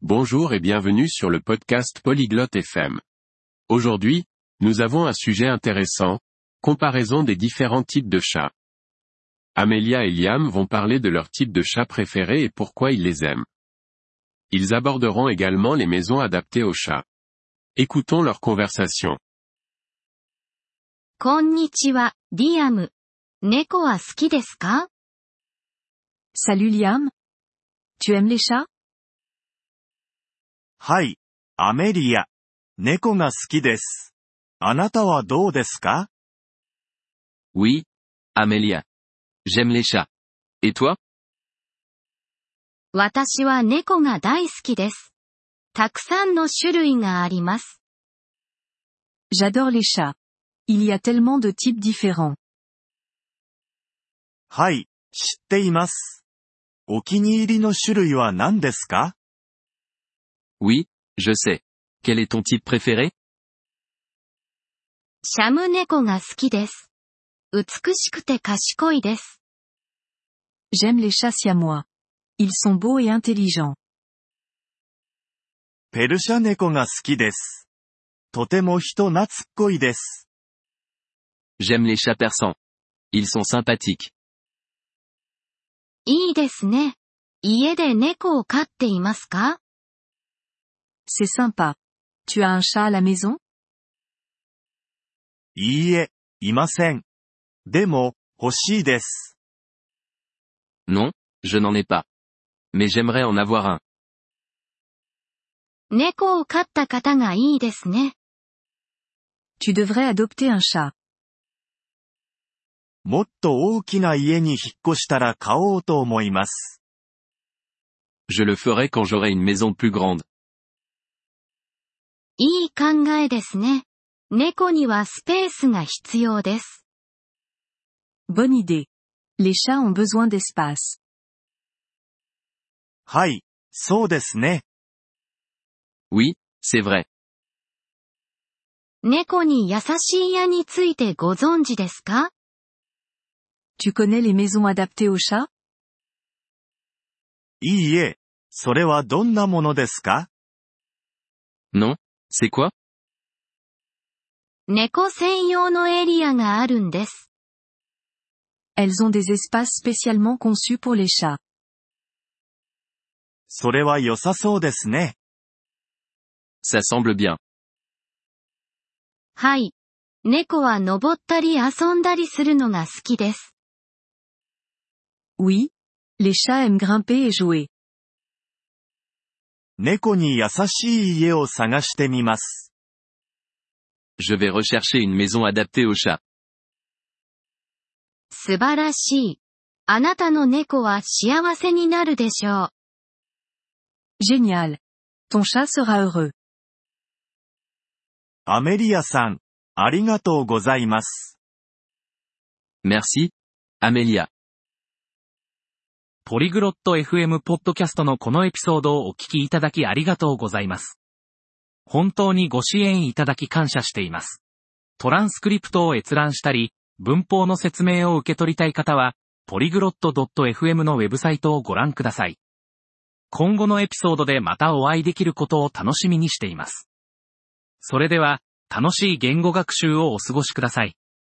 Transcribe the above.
Bonjour et bienvenue sur le podcast Polyglotte FM. Aujourd'hui, nous avons un sujet intéressant, comparaison des différents types de chats. Amelia et Liam vont parler de leur type de chat préféré et pourquoi ils les aiment. Ils aborderont également les maisons adaptées aux chats. Écoutons leur conversation. こんにちは、ディアム。猫は好きですか Salut Liam. Tu aimes les chats はい、アメリア。猫が好きです。あなたはどうですか Oui, Amélia. J'aime les chats. Et toi 私は猫が大好きです。たくさんの種類があります。 J'adore les chats. Il y a tellement de types différents. はい、知っています。お気に入りの種類は何ですか Oui, je sais. Quel est ton type préféré シャム猫が好きです。美しくて賢いです。 J'aime les chats siamois. Ils sont beaux et intelligents. ペルシャ猫が好きです。とても人懐っこいです。 J'aime les chats persans. Ils sont sympathiques. いいですね。家で猫を飼っていますか C'est sympa. Tu as un chat à la maison いいえ、いません。でも、欲しいです。 Non, je n'en ai pas. Mais j'aimerais en avoir un. 猫を飼った方がいいですね。 Tu devrais adopter un chat. もっと大きな家に引っ越したら買おうと思います。 Je le ferai quand j'aurai une maison plus grande. いい考えですね。猫にはスペースが必要です。 Bonne idée. Les chats ont besoin d'espace. はい、そうですね。 Oui, c'est vrai. 猫に優しい家についてご存知ですか Tu connais les maisons adaptées aux chats いいえ、それはどんなものですか Non C'est quoi 猫専用のエリアがあるんです。 Elles ont des espaces spécialement conçus pour les chats. それは良さそうですね。 Ça semble bien. はい。猫は登ったり遊んだりするのが好きです。 Oui. Les chats aiment grimper et jouer. 猫に優しい家を探してみます。 Je vais rechercher une maison adaptée aux chats. 素晴らしい。あなたの猫は幸せになるでしょう。 Génial. Ton chat sera heureux. アメリアさん、ありがとうございます。 Merci. Amélia. ポリグロット FM ポッドキャストのこのエピソードをお聞きいただきありがとうございます。本当にご支援いただき感謝しています。トランスクリプトを閲覧したり、文法の説明を受け取りたい方は、ポリグロット .fm のウェブサイトをご覧ください。今後のエピソードでまたお会いできることを楽しみにしています。それでは、楽しい言語学習をお過ごしください。